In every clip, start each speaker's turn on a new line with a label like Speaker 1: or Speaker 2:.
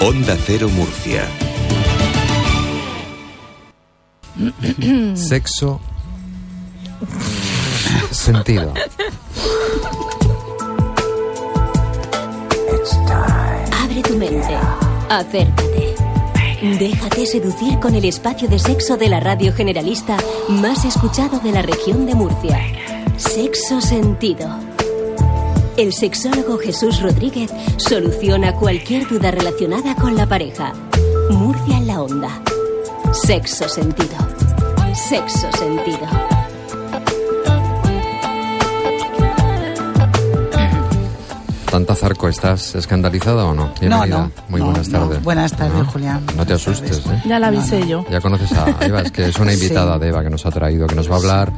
Speaker 1: Onda Cero Murcia.
Speaker 2: Sexo. Sentido.
Speaker 3: Abre tu mente. Acércate. Déjate seducir con el espacio de sexo de la radio generalista más escuchado de la región de Murcia. Sexo sentido. El sexólogo Jesús Rodríguez soluciona cualquier duda relacionada con la pareja. Murcia en la onda. Sexo sentido. Sexo sentido.
Speaker 2: Tanta zarco, ¿estás escandalizada o no?
Speaker 4: No,
Speaker 2: Bienvenida.
Speaker 4: no.
Speaker 2: Muy
Speaker 4: no,
Speaker 2: buenas
Speaker 4: no.
Speaker 2: tardes.
Speaker 4: Buenas tardes,
Speaker 2: No,
Speaker 4: Julián.
Speaker 2: No te
Speaker 4: Buenas
Speaker 2: asustes,
Speaker 4: tardes.
Speaker 2: ¿eh?
Speaker 5: Ya la avisé yo.
Speaker 2: Ya conoces a Eva, es que es una invitada
Speaker 4: Sí.
Speaker 2: de Eva que nos ha traído, que nos va a hablar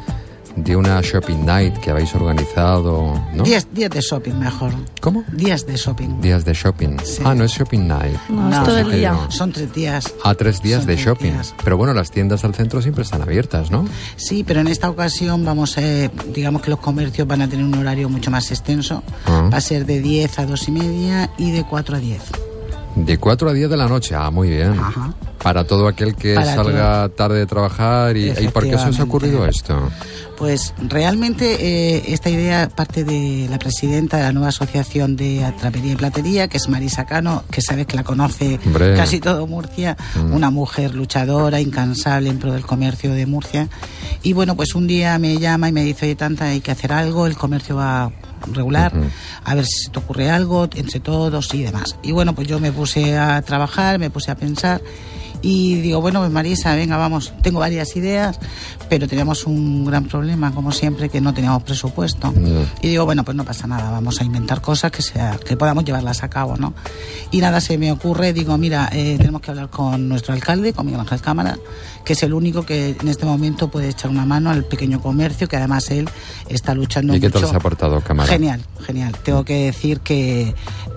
Speaker 2: de una shopping night que habéis organizado, ¿no?
Speaker 4: Días, días de shopping mejor.
Speaker 2: ¿Cómo?
Speaker 4: Días de shopping.
Speaker 2: Días de shopping.
Speaker 4: Sí.
Speaker 2: Ah, no es shopping night.
Speaker 5: No,
Speaker 4: No,
Speaker 5: es todo el
Speaker 2: sí,
Speaker 5: día.
Speaker 2: no.
Speaker 4: Son tres días.
Speaker 2: A tres días
Speaker 4: Son
Speaker 2: de
Speaker 4: tres
Speaker 2: shopping.
Speaker 4: días.
Speaker 2: Pero bueno, las tiendas al centro siempre están abiertas, ¿no?
Speaker 4: Sí, pero en esta ocasión vamos a, digamos que los comercios van a tener un horario mucho más extenso.
Speaker 2: Ah.
Speaker 4: Va a ser de 10 a 2 y media y de 4 a 10.
Speaker 2: De 4 a 10 de la noche. Ah, muy bien.
Speaker 4: Ajá.
Speaker 2: Para todo aquel que
Speaker 4: Para
Speaker 2: salga tarde de trabajar. Y, ¿y por qué se os ha
Speaker 4: Efectivamente.
Speaker 2: ocurrido esto?
Speaker 4: Pues realmente eh, esta idea parte de la presidenta de la nueva asociación de atrapería y platería, que es Marisa Cano, que sabes que la conoce
Speaker 2: Hombre.
Speaker 4: casi todo Murcia, una mujer luchadora, incansable en pro del comercio de Murcia. Y bueno, pues un día me llama y me dice, oye, tanta, hay que hacer algo, el comercio va regular, a ver si se te ocurre algo entre todos y demás. Y bueno, pues yo me puse a trabajar, me puse a pensar y digo, bueno, pues Marisa, venga, vamos, tengo varias ideas, pero teníamos un gran problema, como siempre, que no teníamos presupuesto. Y digo, bueno, pues no pasa nada, vamos a inventar cosas que, sea, que podamos llevarlas a cabo, ¿no? Y nada, se me ocurre, digo, mira, eh, tenemos que hablar con nuestro alcalde, con Miguel Ángel Cámara, que es el único que en este momento puede echar una mano al pequeño comercio, que además él está luchando
Speaker 2: ¿Y qué tal
Speaker 4: mucho.
Speaker 2: se ha portado, cámara?
Speaker 4: Genial, genial. Tengo que decir que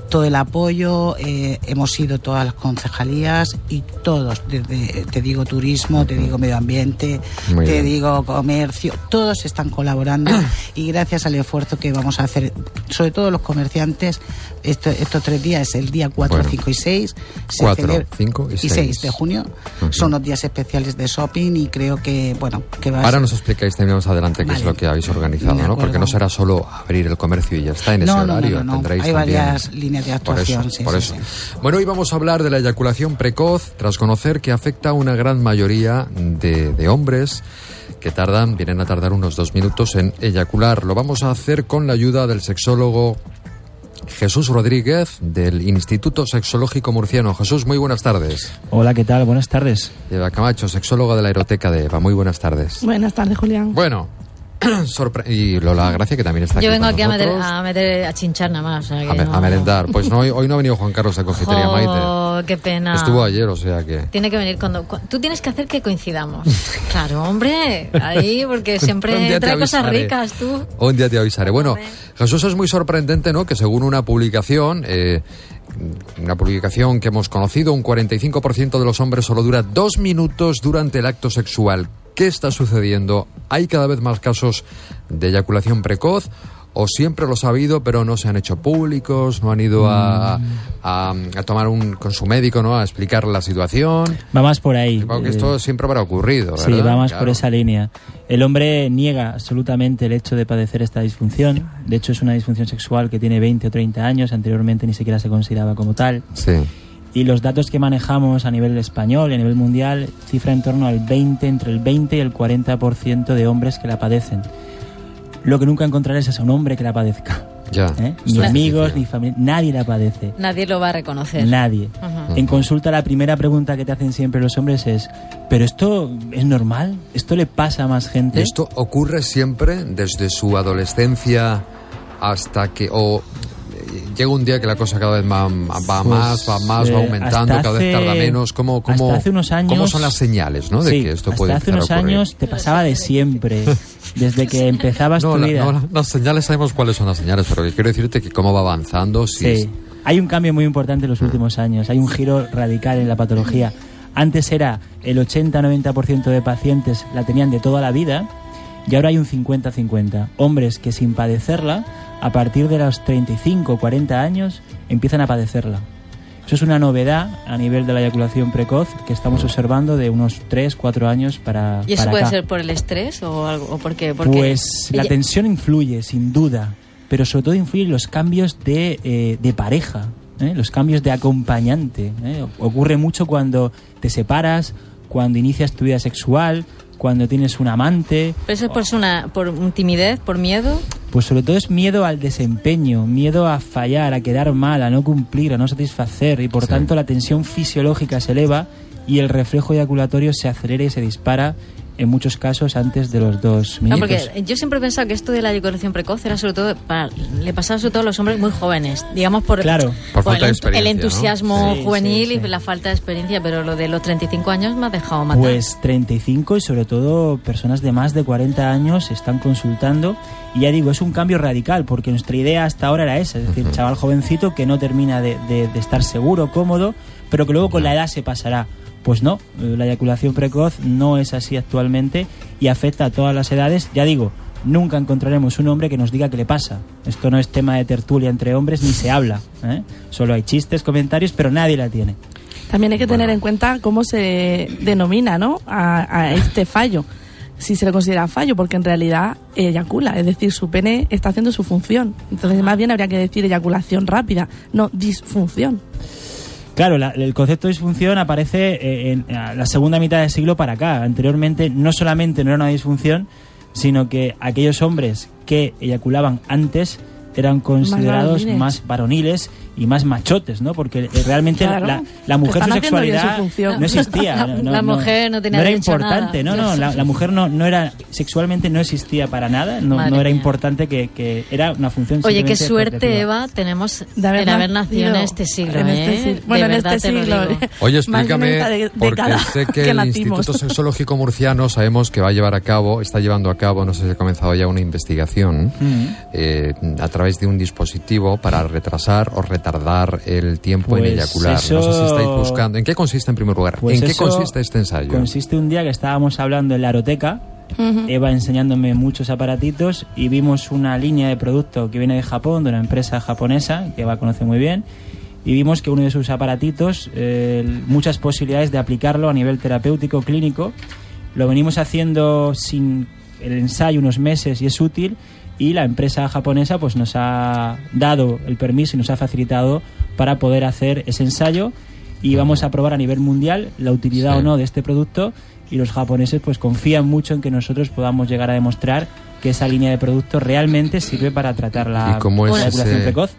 Speaker 4: todo el apoyo, eh, hemos ido todas las concejalías y todos, desde, te digo turismo, te digo medio ambiente,
Speaker 2: Muy
Speaker 4: te
Speaker 2: bien.
Speaker 4: digo comercio, todos están colaborando y gracias al esfuerzo que vamos a hacer, sobre todo los comerciantes, esto- estos tres días, el día 4,
Speaker 2: Bueno.
Speaker 4: 5 y 6, se
Speaker 2: Cuatro,
Speaker 4: celebra-
Speaker 2: cinco y
Speaker 4: y
Speaker 2: seis.
Speaker 4: 6 de junio, son los días especiales de shopping y creo que, bueno, que va a
Speaker 2: Ahora
Speaker 4: ser-
Speaker 2: nos explicáis también más adelante qué es
Speaker 4: Vale.
Speaker 2: lo que habéis organizado,
Speaker 4: De
Speaker 2: ¿no?
Speaker 4: acuerdo.
Speaker 2: Porque no será solo abrir el comercio y ya está en ese
Speaker 4: No, no, no,
Speaker 2: horario.
Speaker 4: no, no.
Speaker 2: Tendréis
Speaker 4: Hay
Speaker 2: también-
Speaker 4: varias líneas de
Speaker 2: Por eso,
Speaker 4: actuación, sí,
Speaker 2: por
Speaker 4: sí,
Speaker 2: eso.
Speaker 4: sí.
Speaker 2: Bueno, hoy vamos a hablar de la eyaculación precoz, tras conocer que afecta a una gran mayoría de, de hombres que tardan, vienen a tardar unos dos minutos en eyacular. Lo vamos a hacer con la ayuda del sexólogo Jesús Rodríguez del Instituto Sexológico Murciano. Jesús, muy buenas tardes.
Speaker 6: Hola, ¿qué tal? Buenas tardes.
Speaker 2: Eva Camacho, sexóloga de la Aeroteca de Eva. Muy buenas tardes.
Speaker 5: Buenas tardes, Julián.
Speaker 2: Bueno, sorpre- y Lola Gracia, que también está
Speaker 7: Yo
Speaker 2: aquí
Speaker 7: vengo
Speaker 2: con
Speaker 7: aquí a meter,
Speaker 2: nosotros.
Speaker 7: a meter- a chinchar nada más. o sea que
Speaker 2: A me-
Speaker 7: no.
Speaker 2: a merendar. Pues no, hoy, hoy no ha venido Juan Carlos a Confitería
Speaker 7: Jo,
Speaker 2: Maite.
Speaker 7: qué pena.
Speaker 2: eh. Estuvo ayer, o sea que...
Speaker 7: Tiene que venir cuando. cu- Tú tienes que hacer que coincidamos. Claro, hombre. Ahí, porque
Speaker 2: Un día
Speaker 7: siempre
Speaker 2: te
Speaker 7: trae cosas
Speaker 2: avisaré.
Speaker 7: ricas tú.
Speaker 2: Un día te avisaré. Bueno,
Speaker 7: Hombre.
Speaker 2: Jesús, es muy sorprendente, ¿no? Que según una publicación, eh, una publicación que hemos conocido, un 45% de los hombres solo dura dos minutos durante el acto sexual. ¿Qué está sucediendo? ¿Hay cada vez más casos de eyaculación precoz? ¿O siempre los ha habido, pero no se han hecho públicos? ¿No han ido a, a- a tomar un con su médico, ¿no? A explicar la situación.
Speaker 6: Va más por ahí.
Speaker 2: Supongo que
Speaker 6: Eh,
Speaker 2: esto siempre habrá ocurrido,
Speaker 6: sí,
Speaker 2: ¿verdad?
Speaker 6: va más por
Speaker 2: Claro.
Speaker 6: esa línea. El hombre niega absolutamente el hecho de padecer esta disfunción. De hecho, es una disfunción sexual que tiene 20 o 30 años. Anteriormente ni siquiera se consideraba como tal.
Speaker 2: Sí.
Speaker 6: Y los datos que manejamos a nivel español y a nivel mundial cifra en torno al 20, entre el 20 y el 40% de hombres que la padecen. Lo que nunca encontrarás es a un hombre que la padezca.
Speaker 2: Ya.
Speaker 6: ¿eh?
Speaker 2: Ah, Esto
Speaker 6: Ni
Speaker 2: es
Speaker 6: amigos,
Speaker 2: difícil.
Speaker 6: ni familia, nadie la padece.
Speaker 7: Nadie lo va a reconocer.
Speaker 6: Nadie.
Speaker 7: Ujú.
Speaker 6: En consulta la primera pregunta que te hacen siempre los hombres es, ¿pero esto es normal? ¿Esto le pasa a más gente?
Speaker 2: ¿Y esto ocurre siempre desde su adolescencia hasta que o llega un día que la cosa cada vez va, va
Speaker 6: Pues,
Speaker 2: más, va más,
Speaker 6: eh,
Speaker 2: va aumentando,
Speaker 6: hasta
Speaker 2: cada vez tarda
Speaker 6: hace-
Speaker 2: menos. ¿Cómo,
Speaker 6: hasta
Speaker 2: cómo,
Speaker 6: hace unos
Speaker 2: ¿Cómo
Speaker 6: años-
Speaker 2: son las señales ¿no? de
Speaker 6: Sí,
Speaker 2: que esto
Speaker 6: hasta
Speaker 2: puede
Speaker 6: hace
Speaker 2: empezar a
Speaker 6: unos
Speaker 2: ocurrir?
Speaker 6: años te pasaba de siempre. Desde que empezabas
Speaker 2: No,
Speaker 6: tu
Speaker 2: la-
Speaker 6: vida.
Speaker 2: no, la- las señales sabemos cuáles son las señales, pero quiero decirte que cómo va avanzando, si es-
Speaker 6: Sí. Hay un cambio muy importante en los últimos años. Hay un giro radical en la patología. Antes era el 80-90% de pacientes la tenían de toda la vida y ahora hay un 50-50. Hombres que sin padecerla, a partir de los 35-40 años, empiezan a padecerla. Eso es una novedad a nivel de la eyaculación precoz que estamos observando de unos 3-4 años para.
Speaker 7: ¿Y eso
Speaker 6: para
Speaker 7: puede
Speaker 6: acá.
Speaker 7: ser por el estrés o algo? ¿O por qué? Porque
Speaker 6: Pues la
Speaker 7: ella-
Speaker 6: tensión influye, sin duda, pero sobre todo influyen los cambios de, eh, de pareja, ¿eh? los cambios de acompañante. ¿eh? Ocurre mucho cuando te separas, cuando inicias tu vida sexual, cuando tienes un amante.
Speaker 7: ¿Pero eso es por, una, por un timidez, por miedo?
Speaker 6: Pues sobre todo es miedo al desempeño, miedo a fallar, a quedar mal, a no cumplir, a no satisfacer y por
Speaker 2: Sí.
Speaker 6: tanto la tensión fisiológica se eleva y el reflejo eyaculatorio se acelera y se dispara en muchos casos antes de los dos
Speaker 7: No,
Speaker 6: minutos.
Speaker 7: porque yo siempre he pensado que esto de la eyaculación precoz era sobre todo para, le pasaba sobre todo a los hombres muy jóvenes, digamos por,
Speaker 6: Claro.
Speaker 2: Por falta de
Speaker 7: el,
Speaker 2: experiencia,
Speaker 7: el
Speaker 2: ¿no?
Speaker 7: entusiasmo
Speaker 6: Sí, sí,
Speaker 7: juvenil
Speaker 6: sí.
Speaker 7: y la falta de experiencia, pero lo de los 35 años me ha dejado matar.
Speaker 6: Pues 35 y sobre todo personas de más de 40 años se están consultando y ya digo, es un cambio radical porque nuestra idea hasta ahora era esa, es decir, chaval jovencito que no termina de, de- de estar seguro, cómodo, pero que luego con la edad se pasará. Pues no, eh, la eyaculación precoz no es así actualmente y afecta a todas las edades, ya digo. Nunca encontraremos un hombre que nos diga qué le pasa. Esto no es tema de tertulia entre hombres ni se habla. ¿eh? Solo hay chistes, comentarios, pero nadie la tiene.
Speaker 1: También hay que tener en cuenta cómo se denomina ¿no? a, a este fallo, si se le considera fallo, porque en realidad eyacula, es decir, su pene está haciendo su función. Entonces, más bien habría que decir eyaculación rápida, no disfunción.
Speaker 6: Claro, la- el concepto de disfunción aparece eh, en, a la segunda mitad del siglo para acá. Anteriormente no solamente no era una disfunción, sino que aquellos hombres que eyaculaban antes eran considerados
Speaker 1: varoniles.
Speaker 6: más varoniles y más machotes, ¿no? Porque eh, realmente
Speaker 1: Claro.
Speaker 6: la, la mujer su
Speaker 1: Están haciendo bien su
Speaker 6: sexualidad
Speaker 1: función.
Speaker 6: no existía.
Speaker 7: La-
Speaker 6: no,
Speaker 7: la mujer no tenía
Speaker 6: era
Speaker 7: derecho a nada.
Speaker 6: importante, no, no, la, la mujer no, no era sexualmente no existía para nada, no,
Speaker 7: Madre
Speaker 6: no era
Speaker 7: mía.
Speaker 6: importante que, que era una función.
Speaker 7: Oye, qué
Speaker 6: simplemente
Speaker 7: suerte,
Speaker 6: procreativa.
Speaker 7: Eva, tenemos
Speaker 1: De
Speaker 7: de
Speaker 1: haber
Speaker 7: haber,
Speaker 1: nacido
Speaker 7: nacido en este siglo,
Speaker 1: en
Speaker 7: ¿eh?
Speaker 1: este siglo. Bueno, en
Speaker 7: de verdad
Speaker 1: este
Speaker 7: te lo
Speaker 1: siglo.
Speaker 7: digo.
Speaker 2: Oye,
Speaker 1: Más de una
Speaker 2: explícame,
Speaker 1: mitad de- de
Speaker 2: porque
Speaker 1: cada-
Speaker 2: sé que,
Speaker 1: que
Speaker 2: el
Speaker 1: nacimos.
Speaker 2: Instituto Sexológico Murciano sabemos que va a llevar a cabo, está llevando a cabo, no sé si ha comenzado ya una investigación
Speaker 6: Mm.
Speaker 2: eh, a través de un dispositivo para retrasar o retardar el tiempo en
Speaker 6: Pues
Speaker 2: eyacular. No sé si
Speaker 6: eso-
Speaker 2: estáis buscando. ¿En qué consiste en primer lugar?
Speaker 6: Pues
Speaker 2: ¿En qué
Speaker 6: eso
Speaker 2: consiste este ensayo?
Speaker 6: Consiste un día que estábamos hablando en la aroteca,
Speaker 2: Eh,
Speaker 6: Eva enseñándome muchos aparatitos y vimos una línea de producto que viene de Japón, de una empresa japonesa que Eva conoce muy bien, y vimos que uno de sus aparatitos, eh, muchas posibilidades de aplicarlo a nivel terapéutico, clínico, lo venimos haciendo sin el ensayo unos meses y es útil y la empresa japonesa pues nos ha dado el permiso y nos ha facilitado para poder hacer ese ensayo y vamos a probar a nivel mundial la utilidad
Speaker 2: Sí.
Speaker 6: o no de este producto y los japoneses pues confían mucho en que nosotros podamos llegar a demostrar que esa línea de producto realmente sirve para tratar la
Speaker 2: ¿Y cómo es
Speaker 6: la eyaculación
Speaker 2: ese-
Speaker 6: precoz.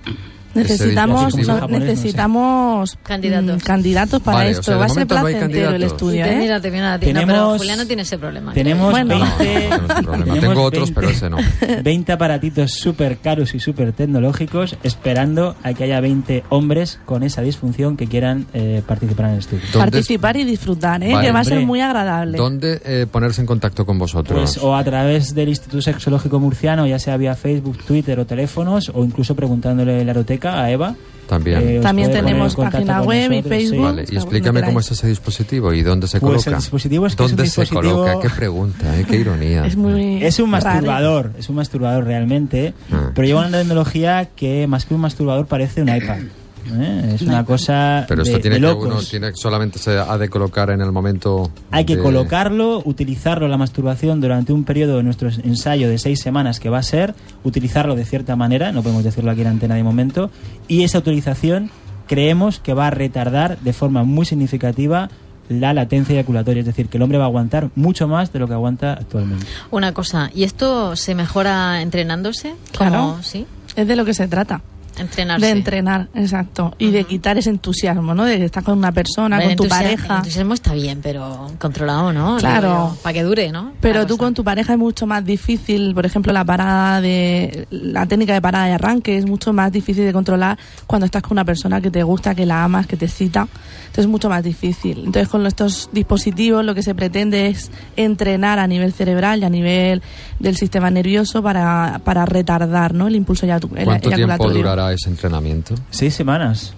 Speaker 1: Necesitamos,
Speaker 6: Ese dispositivo
Speaker 1: no-
Speaker 6: japonés, no sé.
Speaker 1: necesitamos
Speaker 7: Candidatos.
Speaker 1: mm, candidatos para
Speaker 2: Vale, o
Speaker 1: esto.
Speaker 2: sea, de
Speaker 1: Va a ser
Speaker 2: momento no hay
Speaker 1: placentero el
Speaker 2: candidatos.
Speaker 7: Y
Speaker 1: estudio,
Speaker 7: te-
Speaker 1: ¿eh?
Speaker 7: mira, te viene a ti. No, pero
Speaker 6: Tenemos-
Speaker 7: Julián no tiene ese problema.
Speaker 6: Tenemos
Speaker 1: Bueno.
Speaker 2: No, no, no,
Speaker 6: 20
Speaker 2: no es un problema.
Speaker 6: tenemos
Speaker 2: Tengo otros,
Speaker 6: 20
Speaker 2: pero ese no.
Speaker 6: 20 aparatitos súper caros y súper tecnológicos esperando a que haya 20 hombres con esa disfunción que quieran eh, participar en el estudio.
Speaker 2: ¿Dónde-
Speaker 1: Participar y disfrutar, ¿eh?
Speaker 2: Vale,
Speaker 1: que va a ser
Speaker 6: hombre.
Speaker 1: muy agradable.
Speaker 2: ¿Dónde eh, ponerse en contacto con vosotros?
Speaker 6: Pues o a través del Instituto Sexológico Murciano, ya sea vía Facebook, Twitter o teléfonos, o incluso preguntándole en la aroteca a Eva.
Speaker 2: También.
Speaker 6: os
Speaker 1: También
Speaker 6: puede poner
Speaker 1: tenemos
Speaker 6: en contacto
Speaker 1: página
Speaker 6: con
Speaker 1: web y
Speaker 6: nosotros, sí.
Speaker 1: Facebook.
Speaker 2: Vale, y
Speaker 1: Busca,
Speaker 2: explícame
Speaker 1: lo
Speaker 2: cómo
Speaker 1: queráis.
Speaker 2: es ese dispositivo y dónde se
Speaker 6: Pues el
Speaker 2: coloca.
Speaker 6: dispositivo es que es un
Speaker 2: ¿Dónde se
Speaker 6: dispositivo-
Speaker 2: coloca? Qué pregunta, eh, qué ironía.
Speaker 1: Es
Speaker 5: Eh,
Speaker 1: muy
Speaker 6: Es un
Speaker 1: raro. ¿eh?
Speaker 6: masturbador, es un masturbador realmente,
Speaker 2: Ah.
Speaker 6: pero lleva una tecnología que más que un masturbador parece un iPad. ¿eh? Es una cosa
Speaker 2: Pero
Speaker 6: de,
Speaker 2: esto tiene
Speaker 6: de
Speaker 2: que
Speaker 6: locos.
Speaker 2: uno tiene solamente se ha de colocar en el momento.
Speaker 6: Hay que
Speaker 2: de-
Speaker 6: colocarlo, utilizarlo la masturbación durante un periodo de nuestro ensayo de seis semanas que va a ser, utilizarlo de cierta manera, no podemos decirlo aquí en antena de momento, y esa utilización creemos que va a retardar de forma muy significativa la latencia eyaculatoria, es decir, que el hombre va a aguantar mucho más de lo que aguanta actualmente.
Speaker 7: Una cosa, ¿y esto se mejora entrenándose? ¿Cómo?
Speaker 1: Claro.
Speaker 7: ¿Sí?
Speaker 1: Es de lo que se trata.
Speaker 7: Entrenarse.
Speaker 1: De entrenar, exacto. Y de quitar ese entusiasmo, ¿no? De que estás con una persona,
Speaker 7: Hombre,
Speaker 1: con tu
Speaker 7: entusia- El
Speaker 1: pareja.
Speaker 7: entusiasmo está bien, pero controlado, ¿no?
Speaker 1: Claro.
Speaker 7: Para que dure, ¿no? pues
Speaker 1: Pero
Speaker 7: La
Speaker 1: tú
Speaker 7: cosa.
Speaker 1: con tu pareja es mucho más difícil, por ejemplo, la parada de la técnica de parada de arranque es mucho más difícil de controlar cuando estás con una persona que te gusta, que la amas, que te cita. Entonces es mucho más difícil. Entonces con estos dispositivos lo que se pretende es entrenar a nivel cerebral y a nivel del sistema nervioso para, para retardar, ¿no? El impulso ya
Speaker 2: ¿Cuánto tiempo durará ese entrenamiento?
Speaker 6: Seis semanas.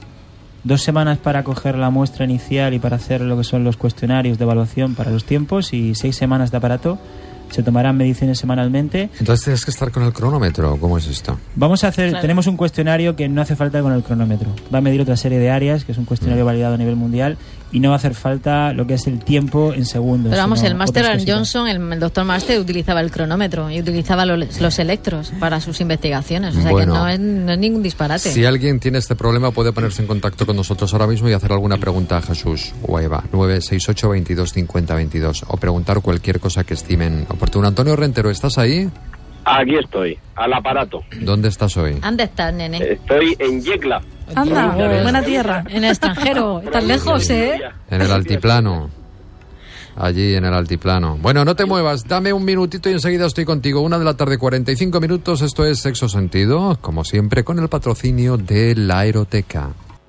Speaker 6: Dos semanas para coger la muestra inicial y para hacer lo que son los cuestionarios de evaluación para los tiempos y seis semanas de aparato. Se tomarán mediciones semanalmente.
Speaker 2: Entonces tienes que estar con el cronómetro. ¿Cómo es esto?
Speaker 6: Vamos a hacer,
Speaker 7: Claro.
Speaker 6: tenemos un cuestionario que no hace falta con el cronómetro. Va a medir otra serie de áreas, que es un cuestionario validado a nivel mundial, y no va a hacer falta lo que es el tiempo en segundos.
Speaker 7: Pero vamos,
Speaker 6: sino
Speaker 7: el Master
Speaker 6: otras
Speaker 7: and
Speaker 6: cositas.
Speaker 7: Johnson, el, el doctor Master, utilizaba el cronómetro y utilizaba lo- los electros para sus investigaciones. O sea
Speaker 2: Bueno.
Speaker 7: que no es, no es ningún disparate.
Speaker 2: Si alguien tiene este problema puede ponerse en contacto con nosotros ahora mismo y hacer alguna pregunta a Jesús o a Eva. 968 22 50 22 o preguntar cualquier cosa que estimen oportuno. Antonio Rentero, ¿estás ahí?
Speaker 5: Aquí estoy, al aparato.
Speaker 2: ¿Dónde estás hoy?
Speaker 7: ¿Dónde estás, nene?
Speaker 5: Estoy en Yecla.
Speaker 1: Anda,
Speaker 2: Provincia de-
Speaker 1: Ah, buena tierra.
Speaker 7: En el extranjero. Estás lejos, ¿eh?
Speaker 2: En el altiplano. Allí en el altiplano. Bueno, no te muevas, dame un minutito y enseguida estoy contigo. Una de la tarde, 45 minutos. Esto es Sexo Sentido, como siempre, con el patrocinio de la Aeroteca.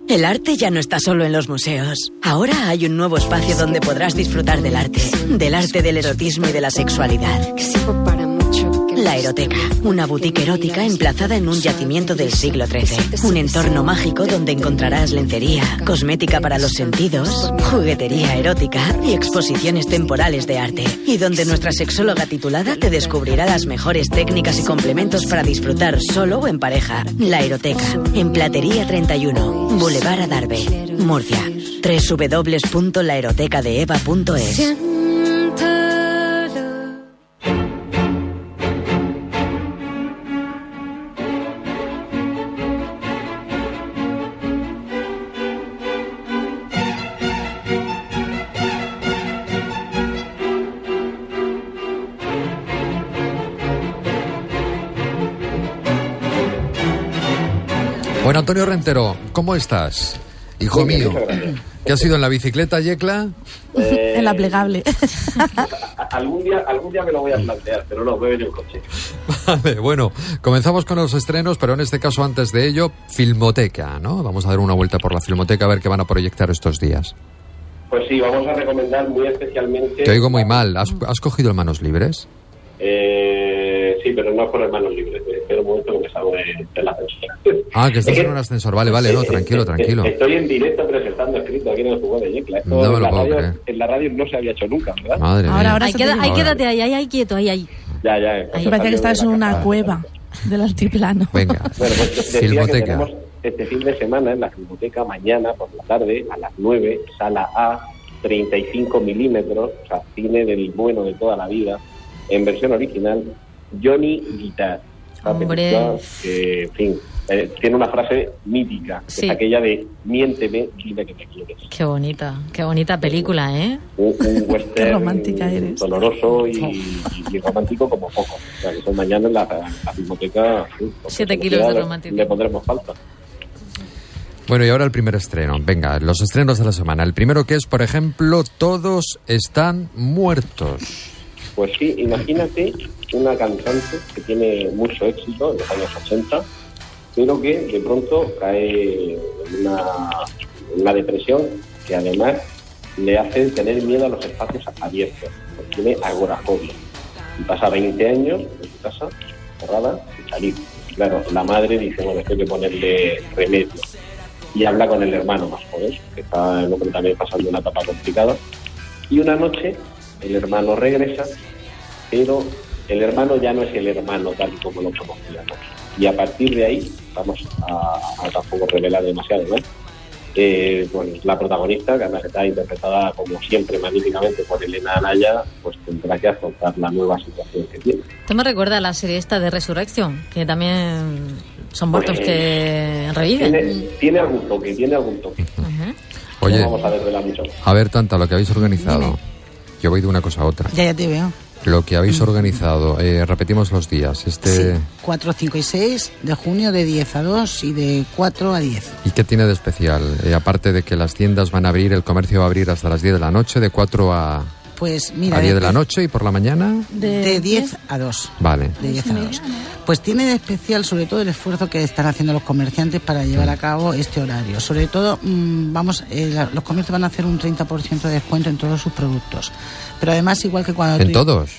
Speaker 8: El arte ya no está solo en los museos. Ahora hay un nuevo espacio donde podrás disfrutar del arte, del arte del erotismo y de la sexualidad. La Eroteca, una boutique erótica emplazada en un yacimiento del siglo XIII. Un entorno mágico donde encontrarás lencería, cosmética para los sentidos, juguetería erótica y exposiciones temporales de arte. Y donde nuestra sexóloga titulada te descubrirá las mejores técnicas y complementos para disfrutar solo o en pareja. La Eroteca, en Platería 31, Boulevard Adarve, Murcia. www.laerotecadeeva.es
Speaker 2: Bueno, Antonio Rentero, ¿cómo estás? Hijo mío, ¿qué has ido en la bicicleta, Yecla?
Speaker 1: En la plegable.
Speaker 5: Eh, Algún día, algún día me lo voy a plantear, pero no, voy a venir en coche.
Speaker 2: Vale, bueno, comenzamos con los estrenos, pero en este caso, antes de ello, Filmoteca, ¿no? Vamos a dar una vuelta por la Filmoteca a ver qué van a proyectar estos días.
Speaker 5: Pues sí, vamos a recomendar muy especialmente.
Speaker 2: Te oigo muy mal, ¿has, has cogido el manos libres?
Speaker 5: Eh, sí, pero no es por el manos libres. eh, Espera un momento que me salgo de, de la censura.
Speaker 2: Ah, que estás
Speaker 5: Es
Speaker 2: en un ascensor. Vale, vale, no,
Speaker 5: eh,
Speaker 2: tranquilo,
Speaker 5: eh,
Speaker 2: tranquilo.
Speaker 5: eh, Estoy en directo presentando escrito aquí en el juego de Yecla. Esto
Speaker 2: No me
Speaker 5: en,
Speaker 2: lo
Speaker 5: la
Speaker 2: puedo
Speaker 5: radio,
Speaker 2: creer.
Speaker 5: en la radio no se había hecho nunca, ¿verdad?
Speaker 2: Madre
Speaker 1: Ahora,
Speaker 2: mía.
Speaker 1: ahora
Speaker 7: Ahí,
Speaker 1: se
Speaker 7: queda-
Speaker 1: te
Speaker 7: ahí
Speaker 1: digo.
Speaker 7: quédate, ahí, ahí, ahí, quieto, ahí, ahí.
Speaker 5: Ya, ya.
Speaker 1: Parece que
Speaker 5: entonces salió de
Speaker 1: estás en
Speaker 5: la
Speaker 1: una
Speaker 5: caja.
Speaker 1: cueva del altiplano.
Speaker 2: Venga,
Speaker 5: Bueno, pues decía que
Speaker 2: Filmoteca.
Speaker 5: tenemos este fin de semana en la filmoteca, mañana por la tarde, a las 9, sala A, 35 milímetros, o sea, cine del bueno de toda la vida, en versión original, Johnny Guitar. Una
Speaker 7: Hombre.
Speaker 5: película que, en fin, eh, tiene una frase mítica, que
Speaker 7: Sí.
Speaker 5: es aquella de miénteme, dime que me quieres.
Speaker 7: Qué bonita, qué bonita película, ¿eh?
Speaker 5: Un, un western
Speaker 1: Qué romántica eres.
Speaker 5: doloroso y, y- y romántico como poco. O sea, que eso mañana en la, la filmoteca... sí, porque
Speaker 7: Siete
Speaker 5: se nos
Speaker 7: kilos
Speaker 5: queda,
Speaker 7: de romanticismo.
Speaker 5: Le pondremos falta.
Speaker 2: Bueno, y ahora el primer estreno. Venga, los estrenos de la semana. El primero que es, por ejemplo, Todos están muertos.
Speaker 5: Pues sí, imagínate una cantante que tiene mucho éxito en los años 80, pero que de pronto cae en una, en una depresión que además le hace tener miedo a los espacios abiertos, porque tiene agorafobia. Y pasa 20 años en su casa, cerrada, sin salir. Claro, la madre dice, bueno, esto hay que ponerle remedio. Y habla con el hermano más joven, que está el hombre también pasando una etapa complicada. Y una noche el hermano regresa, pero el hermano ya no es el hermano tal y como lo conocíamos. Y a partir de ahí, vamos a, a tampoco revelar demasiado, ¿no? Eh, pues la protagonista, que además está interpretada como siempre magníficamente por Elena Anaya, pues tendrá que afrontar la nueva situación que tiene.
Speaker 7: Esto me recuerda a la serie esta de Resurrección, que también son muertos
Speaker 5: Pues-
Speaker 7: que reviven.
Speaker 5: Tiene, tiene algún toque, tiene algún toque.
Speaker 7: Ajá.
Speaker 2: Oye,
Speaker 5: No vamos a desvelar mucho.
Speaker 2: a ver, Tanta, lo que habéis organizado. Yo voy de una cosa a otra.
Speaker 4: Ya, ya te veo.
Speaker 2: Lo que habéis organizado, eh, repetimos los días. Este,
Speaker 4: 4, 5 y 6 de junio de 10 a 2 y de 4 a 10.
Speaker 2: ¿Y qué tiene de especial? Eh, aparte de que las tiendas van a abrir, el comercio va a abrir hasta las 10 de la noche, de 4 a,
Speaker 4: Pues mira,
Speaker 2: a 10 de
Speaker 4: de-
Speaker 2: la noche y por la mañana.
Speaker 4: de 10 a 2.
Speaker 2: Vale.
Speaker 4: de 10 a 2. Pues tiene de especial sobre todo el esfuerzo que están haciendo los comerciantes para llevar a cabo este horario. Sobre todo, mm, vamos, eh, la- los comercios van a hacer un 30% de descuento en todos sus productos. Pero además, igual que cuando...
Speaker 2: ¿En
Speaker 4: tú-
Speaker 2: todos?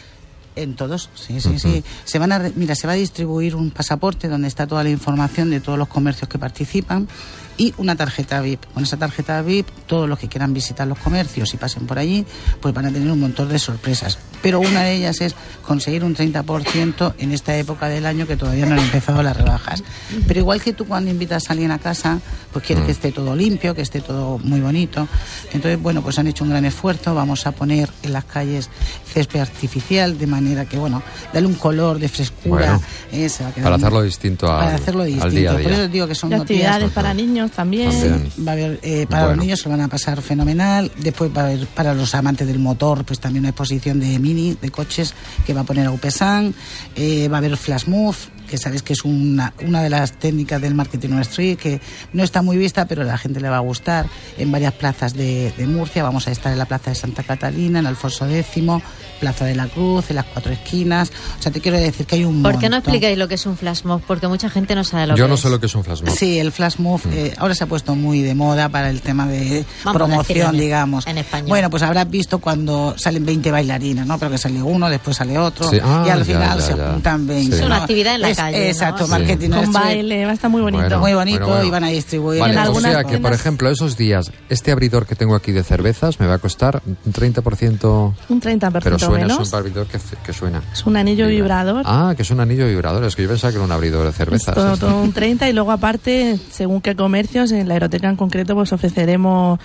Speaker 4: En todos, sí, sí, sí. Se van a, re- mira, se va a distribuir un pasaporte donde está toda la información de todos los comercios que participan y una tarjeta VIP. Con esa tarjeta VIP, todos los que quieran visitar los comercios y pasen por allí, pues van a tener un montón de sorpresas. Pero una de ellas es conseguir un 30% en esta época del año que todavía no han empezado las rebajas. Pero igual que tú cuando invitas a alguien a casa, pues quieres
Speaker 2: Mm.
Speaker 4: que esté todo limpio, que esté todo muy bonito. Entonces, bueno, pues han hecho un gran esfuerzo. Vamos a poner en las calles césped artificial de manera que, bueno, dale un color de frescura.
Speaker 2: Bueno,
Speaker 4: eh, se va a quedar
Speaker 2: Para
Speaker 4: muy-
Speaker 2: hacerlo distinto al,
Speaker 4: para hacerlo
Speaker 2: al
Speaker 4: distinto.
Speaker 2: día a
Speaker 4: Por eso
Speaker 2: día.
Speaker 4: digo que son
Speaker 1: Y
Speaker 4: unos días-
Speaker 1: actividades para niños también.
Speaker 2: También.
Speaker 4: Va a haber, eh, para
Speaker 2: Bueno.
Speaker 4: los niños se lo van a pasar fenomenal. Después va a haber para los amantes del motor, pues también una exposición de mini, de coches que va a poner Aupesan. Eh, va a haber Flash Move, que sabes que es una, una de las técnicas del marketing on street que no está muy vista, pero a la gente le va a gustar. En varias plazas de, de Murcia, vamos a estar en la plaza de Santa Catalina, en Alfonso X, Plaza de la Cruz, en las cuatro esquinas. O sea, te quiero decir que hay un
Speaker 7: ¿Por qué no
Speaker 4: montón.
Speaker 7: explicáis lo que es un flash mob? Porque mucha gente no sabe lo que
Speaker 2: Yo no
Speaker 7: es.
Speaker 2: sé lo que es un flash mob.
Speaker 4: Sí, el flash move
Speaker 2: Mm.
Speaker 4: eh, ahora se ha puesto muy de moda para el tema de
Speaker 7: Vamos a decirlo
Speaker 4: promoción,
Speaker 7: en-
Speaker 4: digamos.
Speaker 7: en español.
Speaker 4: Bueno, pues habrás visto cuando salen 20 bailarinas, ¿no? Pero que sale uno, después sale otro
Speaker 2: Sí, ah,
Speaker 4: y al
Speaker 2: ya,
Speaker 4: final
Speaker 2: ya,
Speaker 4: se
Speaker 2: ya.
Speaker 4: juntan 20.
Speaker 2: Es
Speaker 7: una
Speaker 4: ¿no?
Speaker 7: actividad en la calle, ¿no?
Speaker 4: Exacto,
Speaker 7: Sí.
Speaker 4: marketing.
Speaker 1: Con
Speaker 4: es-
Speaker 1: baile, va a estar muy bonito.
Speaker 2: Bueno.
Speaker 4: Muy bonito
Speaker 2: Bueno, bueno.
Speaker 4: y van a distribuir.
Speaker 2: Vale, pues,
Speaker 1: En
Speaker 2: o
Speaker 1: algunas
Speaker 2: sea que, por
Speaker 1: tiendas-
Speaker 2: ejemplo, esos días, este abridor que tengo aquí de cervezas me va a costar un 30%,
Speaker 1: Un 30%
Speaker 2: pero suena,
Speaker 1: menos.
Speaker 2: es un abridor que, que suena.
Speaker 1: Es un anillo vibrador.
Speaker 2: Ah, que es un anillo vibrador, es que yo pensaba que era un abridor de
Speaker 1: Es
Speaker 2: cervezas. ¿eh?
Speaker 1: todo, todo un 30 y luego aparte, según qué comercios, en la aeroteca en concreto, pues ofreceremos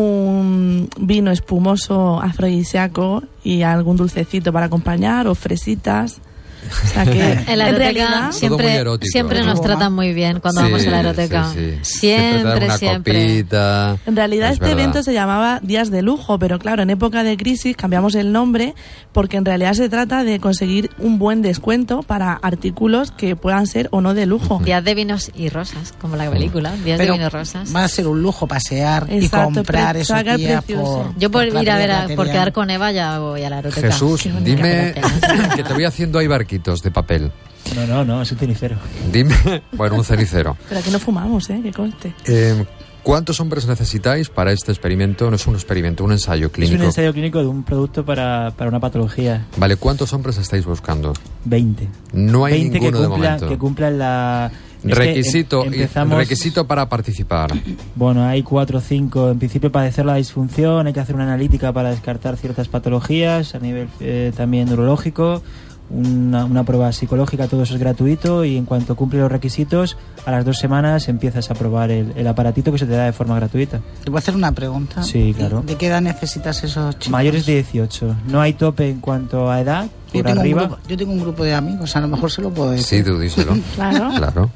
Speaker 1: un vino espumoso afrodisíaco y algún dulcecito para acompañar o fresitas. O sea que
Speaker 7: En la
Speaker 1: en
Speaker 7: aeroteca
Speaker 1: realidad
Speaker 2: muy
Speaker 7: siempre,
Speaker 2: erótico,
Speaker 7: siempre
Speaker 2: ¿no?
Speaker 7: nos tratan muy bien cuando
Speaker 2: Sí,
Speaker 7: vamos a la aeroteca.
Speaker 2: sí, sí. te dan
Speaker 7: Siempre,
Speaker 2: una
Speaker 7: siempre.
Speaker 2: copita.
Speaker 1: En realidad
Speaker 2: Es
Speaker 1: este
Speaker 2: verdad.
Speaker 1: evento se llamaba Días de Lujo, pero claro, en época de crisis cambiamos el nombre porque en realidad se trata de conseguir un buen descuento para artículos que puedan ser o no de lujo.
Speaker 7: Días de vinos y rosas, como la película.
Speaker 2: Mm.
Speaker 7: Días
Speaker 4: Pero
Speaker 7: de vinos y rosas.
Speaker 4: va a ser un lujo pasear y
Speaker 1: Exacto,
Speaker 4: comprar
Speaker 1: pre-
Speaker 4: esos
Speaker 1: saca
Speaker 4: días
Speaker 1: precioso.
Speaker 4: por
Speaker 7: Yo por ir a ver, a- por
Speaker 4: material.
Speaker 7: quedar con Eva, ya voy a la aeroteca.
Speaker 2: Jesús,
Speaker 7: Qué bonita
Speaker 2: dime
Speaker 7: aeroteca.
Speaker 2: que te voy haciendo ahí barquitos de papel.
Speaker 6: No, no, no, es un cenicero.
Speaker 2: Dime, bueno, un cenicero.
Speaker 1: Pero aquí no fumamos, ¿eh? Que conste.
Speaker 2: Eh, ¿Cuántos hombres necesitáis para este experimento? No es un experimento, un ensayo
Speaker 6: Es un
Speaker 2: clínico.
Speaker 6: ensayo clínico de un producto para, para una patología.
Speaker 2: Vale, ¿cuántos hombres estáis buscando?
Speaker 6: 20.
Speaker 2: No hay
Speaker 6: 20
Speaker 2: ninguno
Speaker 6: que
Speaker 2: de
Speaker 6: cumpla,
Speaker 2: momento.
Speaker 6: que cumplan la... es que em-
Speaker 2: Requisito, y-
Speaker 6: empezamos-
Speaker 2: requisito para participar.
Speaker 6: Bueno, hay cuatro o cinco. En principio, padecer la disfunción, hay que hacer una analítica para descartar ciertas patologías a nivel eh, también neurológico, una, una prueba psicológica, todo eso es gratuito y en cuanto cumple los requisitos, a las dos semanas empiezas a probar el, el aparatito que se te da de forma gratuita.
Speaker 4: Te voy a hacer una pregunta.
Speaker 6: Sí, claro.
Speaker 4: ¿De qué edad necesitas esos chicos?
Speaker 6: Mayores de 18. No hay tope en cuanto a edad,
Speaker 4: yo
Speaker 6: por
Speaker 4: tengo, un
Speaker 6: arriba.
Speaker 4: grupo, yo tengo un grupo de amigos, a lo mejor se lo puedo
Speaker 2: Sí,
Speaker 4: decir.
Speaker 2: tú díselo.
Speaker 1: Claro.
Speaker 2: Claro.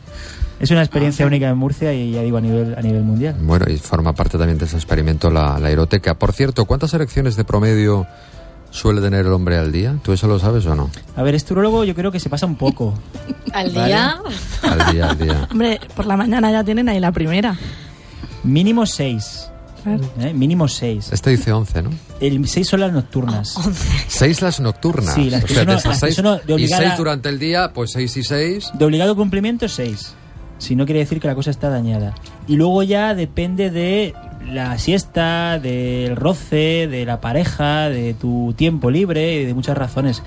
Speaker 6: Es una experiencia
Speaker 4: Ah,
Speaker 6: única en Murcia y ya digo a nivel, a nivel mundial.
Speaker 2: Bueno, y forma parte también de ese experimento la, la aeroteca. Por cierto, ¿cuántas elecciones de promedio suele tener el hombre al día? ¿Tú eso lo sabes o no?
Speaker 6: A ver, este urologo yo creo que se pasa un poco.
Speaker 7: Al día,
Speaker 2: Al día, al día.
Speaker 1: Hombre, por la mañana ya tienen ahí la primera.
Speaker 6: Mínimo 6.
Speaker 1: Claro.
Speaker 6: Mínimo 6.
Speaker 2: Este dice 11, ¿no?
Speaker 6: El 6 son las nocturnas.
Speaker 2: Seis las nocturnas.
Speaker 6: Sí, las
Speaker 2: O
Speaker 6: que
Speaker 2: sea,
Speaker 6: son-
Speaker 2: de esas
Speaker 6: las que
Speaker 2: seis-
Speaker 6: son de
Speaker 2: y
Speaker 6: obligada-
Speaker 2: seis durante el día, pues seis y seis.
Speaker 6: De obligado cumplimiento, 6. Si no quiere decir que la cosa está dañada. Y luego ya depende de la siesta, del roce, de la pareja, de tu tiempo libre, y de muchas razones.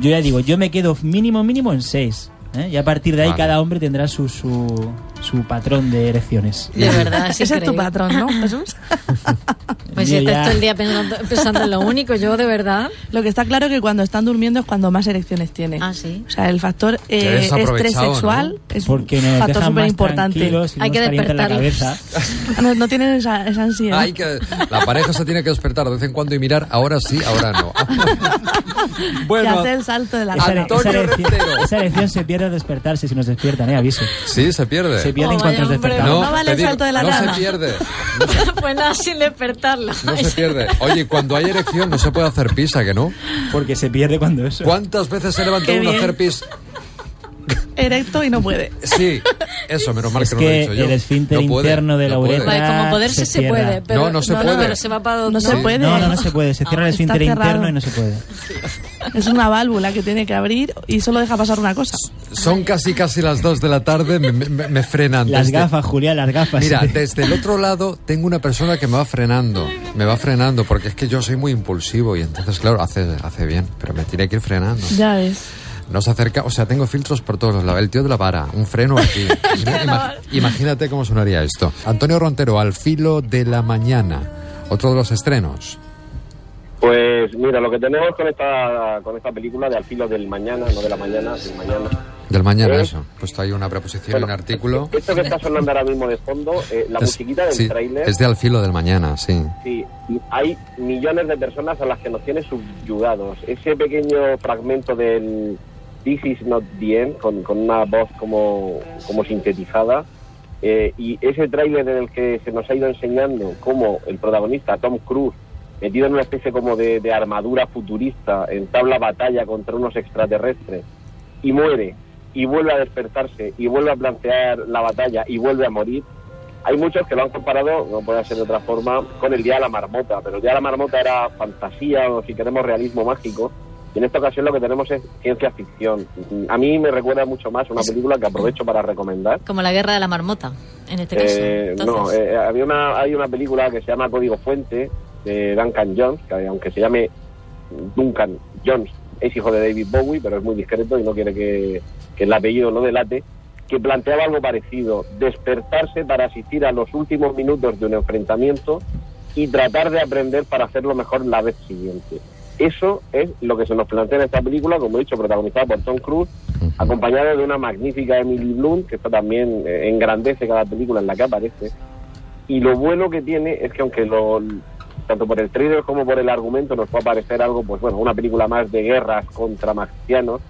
Speaker 6: Yo ya digo, yo me quedo mínimo, mínimo en 6. Y a partir de ahí
Speaker 2: Vale.
Speaker 6: cada hombre tendrá su, su, su patrón de erecciones.
Speaker 7: de verdad, es
Speaker 1: Ese es tu
Speaker 7: increíble.
Speaker 1: patrón, ¿no, Jesús?
Speaker 7: Pues si
Speaker 6: Yo
Speaker 7: estás
Speaker 6: ya-
Speaker 7: todo el día pensando, pensando en lo único, yo de verdad.
Speaker 1: Lo que está claro que cuando están durmiendo es cuando más erecciones tienen.
Speaker 7: Ah, sí.
Speaker 1: O sea, el factor
Speaker 2: Te
Speaker 1: eh,
Speaker 2: ves
Speaker 1: estrés
Speaker 2: aprovechado,
Speaker 1: sexual es un
Speaker 6: Porque nos
Speaker 1: factor
Speaker 6: dejan
Speaker 1: súper
Speaker 6: más
Speaker 1: importante.
Speaker 6: tranquilos y
Speaker 7: Hay
Speaker 6: nos
Speaker 7: que
Speaker 6: calientan la
Speaker 7: despertarlos.
Speaker 6: cabeza.
Speaker 1: No, no tienen esa, esa ansiedad.
Speaker 2: Ay, que la pareja se tiene que despertar de vez en cuando y mirar, ahora sí, ahora no.
Speaker 1: que
Speaker 2: bueno,
Speaker 1: hace el salto de la
Speaker 2: Esa
Speaker 1: cama.
Speaker 2: era- Antonio
Speaker 6: erección,
Speaker 2: Rentero.
Speaker 6: esa erección se pierde al despertarse si nos despiertan, eh, aviso.
Speaker 2: sí, se pierde.
Speaker 6: Se pierde en
Speaker 7: Oh,
Speaker 6: cuanto nos
Speaker 7: vaya hombre.
Speaker 6: despertamos.
Speaker 1: No vale el
Speaker 2: te digo,
Speaker 1: salto de la
Speaker 2: no
Speaker 1: nada.
Speaker 2: se pierde.
Speaker 7: pues nada, sin despertarla.
Speaker 2: No se pierde. Oye, cuando hay erección no se puede hacer pis, ¿a que no?
Speaker 6: Porque se pierde cuando eso.
Speaker 2: ¿Cuántas veces se levanta
Speaker 1: Qué
Speaker 2: uno a
Speaker 1: bien.
Speaker 2: hacer pis?
Speaker 1: Erecto y no puede.
Speaker 2: Sí, eso, menos mal
Speaker 6: Es
Speaker 2: que no lo he
Speaker 6: que
Speaker 2: dicho yo.
Speaker 6: el esfínter
Speaker 2: No puede,
Speaker 6: interno de
Speaker 2: no
Speaker 6: la
Speaker 2: puede.
Speaker 6: uretra.
Speaker 7: Vale, como poderse se,
Speaker 6: cierra.
Speaker 7: puede, pero
Speaker 2: No, no se puede.
Speaker 7: pero se va para
Speaker 1: No se
Speaker 2: Sí.
Speaker 1: puede.
Speaker 6: No, no, no se puede. Se cierra el
Speaker 1: Está
Speaker 6: esfínter
Speaker 1: cerrado.
Speaker 6: interno y no se puede.
Speaker 1: Es una válvula que tiene que abrir y solo deja pasar una cosa.
Speaker 2: Son casi casi las 2 de la tarde, me, me- me frenan.
Speaker 6: Las
Speaker 2: desde-
Speaker 6: gafas, Julián, las gafas.
Speaker 2: Mira, desde el otro lado tengo una persona que me va frenando, me va frenando, porque es que yo soy muy impulsivo y entonces, claro, hace, hace bien, pero me tiene que ir frenando.
Speaker 1: Ya ves.
Speaker 2: Nos acerca, o sea, tengo filtros por todos los lados. El tío de la vara, un freno aquí. Ima- ima- imagínate cómo sonaría esto. Antonio Rontero, al filo de la mañana, otro de los estrenos.
Speaker 5: Pues mira, lo que tenemos con esta con esta película de Al filo del mañana, no de la mañana, del mañana.
Speaker 2: Del mañana,
Speaker 5: ¿Eh?
Speaker 2: eso. He puesto ahí una preposición y
Speaker 5: Bueno,
Speaker 2: un artículo.
Speaker 5: Esto que está sonando ahora mismo de fondo, eh, la
Speaker 2: Es-
Speaker 5: musiquita del
Speaker 2: sí,
Speaker 5: tráiler,
Speaker 2: Es de al filo del mañana, sí.
Speaker 5: sí, hay millones de personas a las que nos tiene subyugados. Ese pequeño fragmento del This is not the end, con, con una voz como, como sintetizada, eh, y ese tráiler en el que se nos ha ido enseñando cómo el protagonista, Tom Cruise, metido en una especie como de, de armadura futurista, entabla batalla contra unos extraterrestres y muere, y vuelve a despertarse, y vuelve a plantear la batalla, y vuelve a morir, hay muchos que lo han comparado, no puede ser de otra forma, con el Día de la Marmota, pero el Día de la Marmota era fantasía o si queremos realismo mágico. Y en esta ocasión lo que tenemos es ciencia ficción. A mí me recuerda mucho más a una película que aprovecho para recomendar.
Speaker 7: Como la guerra de la marmota, en este caso.
Speaker 5: Eh, no,
Speaker 7: Entonces,
Speaker 5: eh, había una, hay una película que se llama Código Fuente de Duncan Jones, que aunque se llame Duncan Jones, es hijo de David Bowie, pero es muy discreto y no quiere que, que el apellido lo delate, que planteaba algo parecido, despertarse para asistir a los últimos minutos de un enfrentamiento y tratar de aprender para hacerlo mejor la vez siguiente. Eso es lo que se nos plantea en esta película, como he dicho, protagonizada por Tom Cruise, acompañada de una magnífica Emily Blunt, que está también eh, engrandece cada película en la que aparece. Y lo bueno que tiene es que aunque lo, tanto por el trailer como por el argumento nos puede parecer algo, pues bueno, una película más de guerras contra marcianos,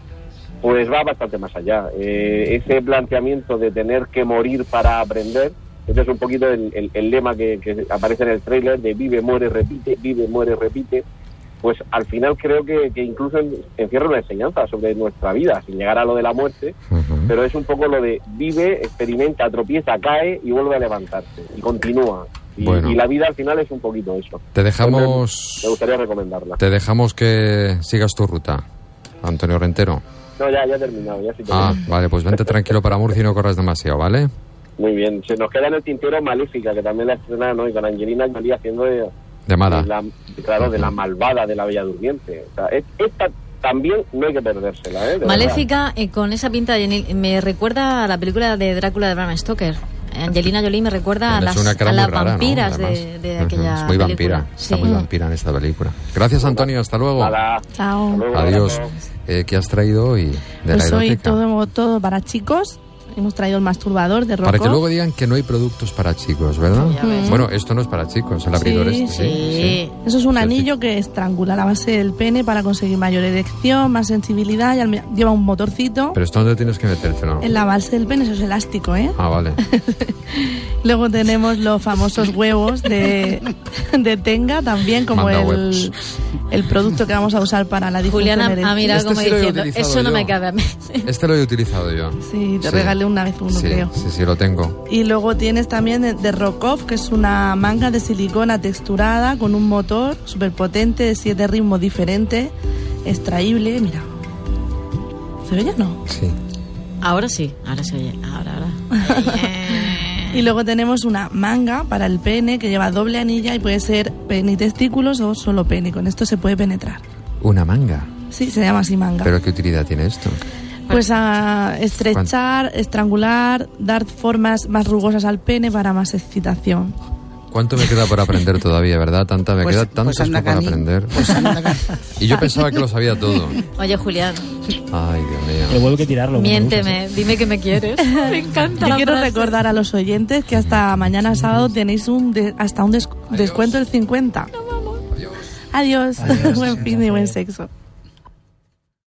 Speaker 5: pues va bastante más allá. Eh, ese planteamiento de tener que morir para aprender, ese es un poquito el, el- el lema que, que aparece en el tráiler de vive, muere, repite, vive, muere, repite, pues al final creo que, que incluso en- encierra una enseñanza sobre nuestra vida, sin llegar a lo de la muerte, pero es un poco lo de vive, experimenta, tropieza, cae y vuelve a levantarse y continúa. Y,
Speaker 2: Bueno.
Speaker 5: y la vida al final es un poquito eso.
Speaker 2: Te
Speaker 5: Me
Speaker 2: dejamos,
Speaker 5: gustaría recomendarla.
Speaker 2: te dejamos que sigas tu ruta, Antonio Rentero.
Speaker 5: No, ya, ya he terminado, ya sí que-
Speaker 2: Ah, vale, pues vente tranquilo para Murcia y no corras demasiado, ¿vale?
Speaker 5: Muy bien, se nos queda en el tintero Maléfica, que también la estrenaron hoy con Angelina Jolie haciendo de,
Speaker 2: De mala.
Speaker 5: de la, claro, de la malvada de la Bella Durmiente. O sea, es- esta también no hay que perdérsela, ¿eh? De
Speaker 7: Maléfica, eh, con esa pinta de Jenny- me recuerda a la película de Drácula de Bram Stoker. Angelina Jolie me recuerda a
Speaker 2: Bueno,
Speaker 7: las,
Speaker 2: es una cara
Speaker 7: a
Speaker 2: muy
Speaker 7: las
Speaker 2: rara, ¿no?
Speaker 7: vampiras de,
Speaker 2: Además.
Speaker 7: de
Speaker 2: Ujú,
Speaker 7: aquella
Speaker 2: Es muy vampira,
Speaker 7: película.
Speaker 2: está
Speaker 7: Sí.
Speaker 2: muy vampira en esta película. Gracias, Antonio, hasta luego.
Speaker 5: verdad. Nada.
Speaker 1: Chao.
Speaker 5: Hasta luego,
Speaker 2: Oh. Adiós.
Speaker 5: abrazo.
Speaker 2: Eh, ¿Qué has traído hoy de la
Speaker 1: Pues hoy
Speaker 2: eroteca?
Speaker 1: todo, todo para chicos. Hemos traído el masturbador de Rocco.
Speaker 2: Para que luego digan que no hay productos para chicos, ¿verdad?
Speaker 7: Ya ves.
Speaker 2: Bueno, esto no es para chicos, el abridor
Speaker 1: Sí,
Speaker 2: este,
Speaker 7: Sí.
Speaker 1: Eso es un
Speaker 2: Sí, sí.
Speaker 1: anillo que estrangula la base del pene para conseguir mayor erección, más sensibilidad. Y al me- lleva un motorcito
Speaker 2: Pero esto dónde tienes que metértelo.
Speaker 1: en la base del pene. Eso es elástico, ¿eh?
Speaker 2: Ah, vale.
Speaker 1: Luego tenemos los famosos huevos de, de Tenga también, como
Speaker 2: Manda
Speaker 1: el,
Speaker 2: huevos.
Speaker 1: el producto que vamos a usar para la disfunción
Speaker 7: Juliana ha
Speaker 1: eréctil.
Speaker 7: mirado
Speaker 2: Este
Speaker 7: como
Speaker 2: sí lo he
Speaker 7: diciendo,
Speaker 2: utilizado
Speaker 7: eso no
Speaker 2: yo".
Speaker 7: me cabe a mí.
Speaker 2: Este lo he utilizado yo.
Speaker 1: Sí, te regalé una vez uno,
Speaker 2: sí,
Speaker 1: creo.
Speaker 2: Sí, sí, lo tengo.
Speaker 1: Y luego tienes también de, de Rockoff, que es una manga de silicona texturada con un motor superpotente de siete ritmos diferentes, extraíble. Mira, ¿se ve ya o no?
Speaker 2: Sí.
Speaker 7: Ahora sí, ahora se oye, ahora, ahora.
Speaker 1: Y luego tenemos una manga para el pene que lleva doble anilla y puede ser pene y testículos o solo pene. Con esto se puede penetrar.
Speaker 2: Una manga.
Speaker 1: Sí, se llama así manga.
Speaker 2: Pero ¿qué utilidad tiene esto?
Speaker 1: Pues a estrechar, estrangular, dar formas más rugosas al pene para más excitación.
Speaker 2: ¿Cuánto me queda por aprender todavía, verdad? Tanta, me
Speaker 4: Pues-
Speaker 2: queda
Speaker 4: pues
Speaker 2: tantas
Speaker 4: anda,
Speaker 2: por
Speaker 4: Cani.
Speaker 2: aprender.
Speaker 4: Pues anda, ca-
Speaker 2: Y yo pensaba que lo sabía todo.
Speaker 7: Oye, Julián,
Speaker 2: Ay, Dios
Speaker 6: Pero
Speaker 2: mío.
Speaker 6: vuelvo que tirarlo. como me gusta.
Speaker 7: miénteme, dime que me quieres. Me encanta.
Speaker 1: Yo
Speaker 7: la
Speaker 1: quiero
Speaker 7: frase.
Speaker 1: recordar a los oyentes que hasta mañana sábado tenéis un de- hasta un des- descuento del 50. Adiós. Buen fin y buen sexo.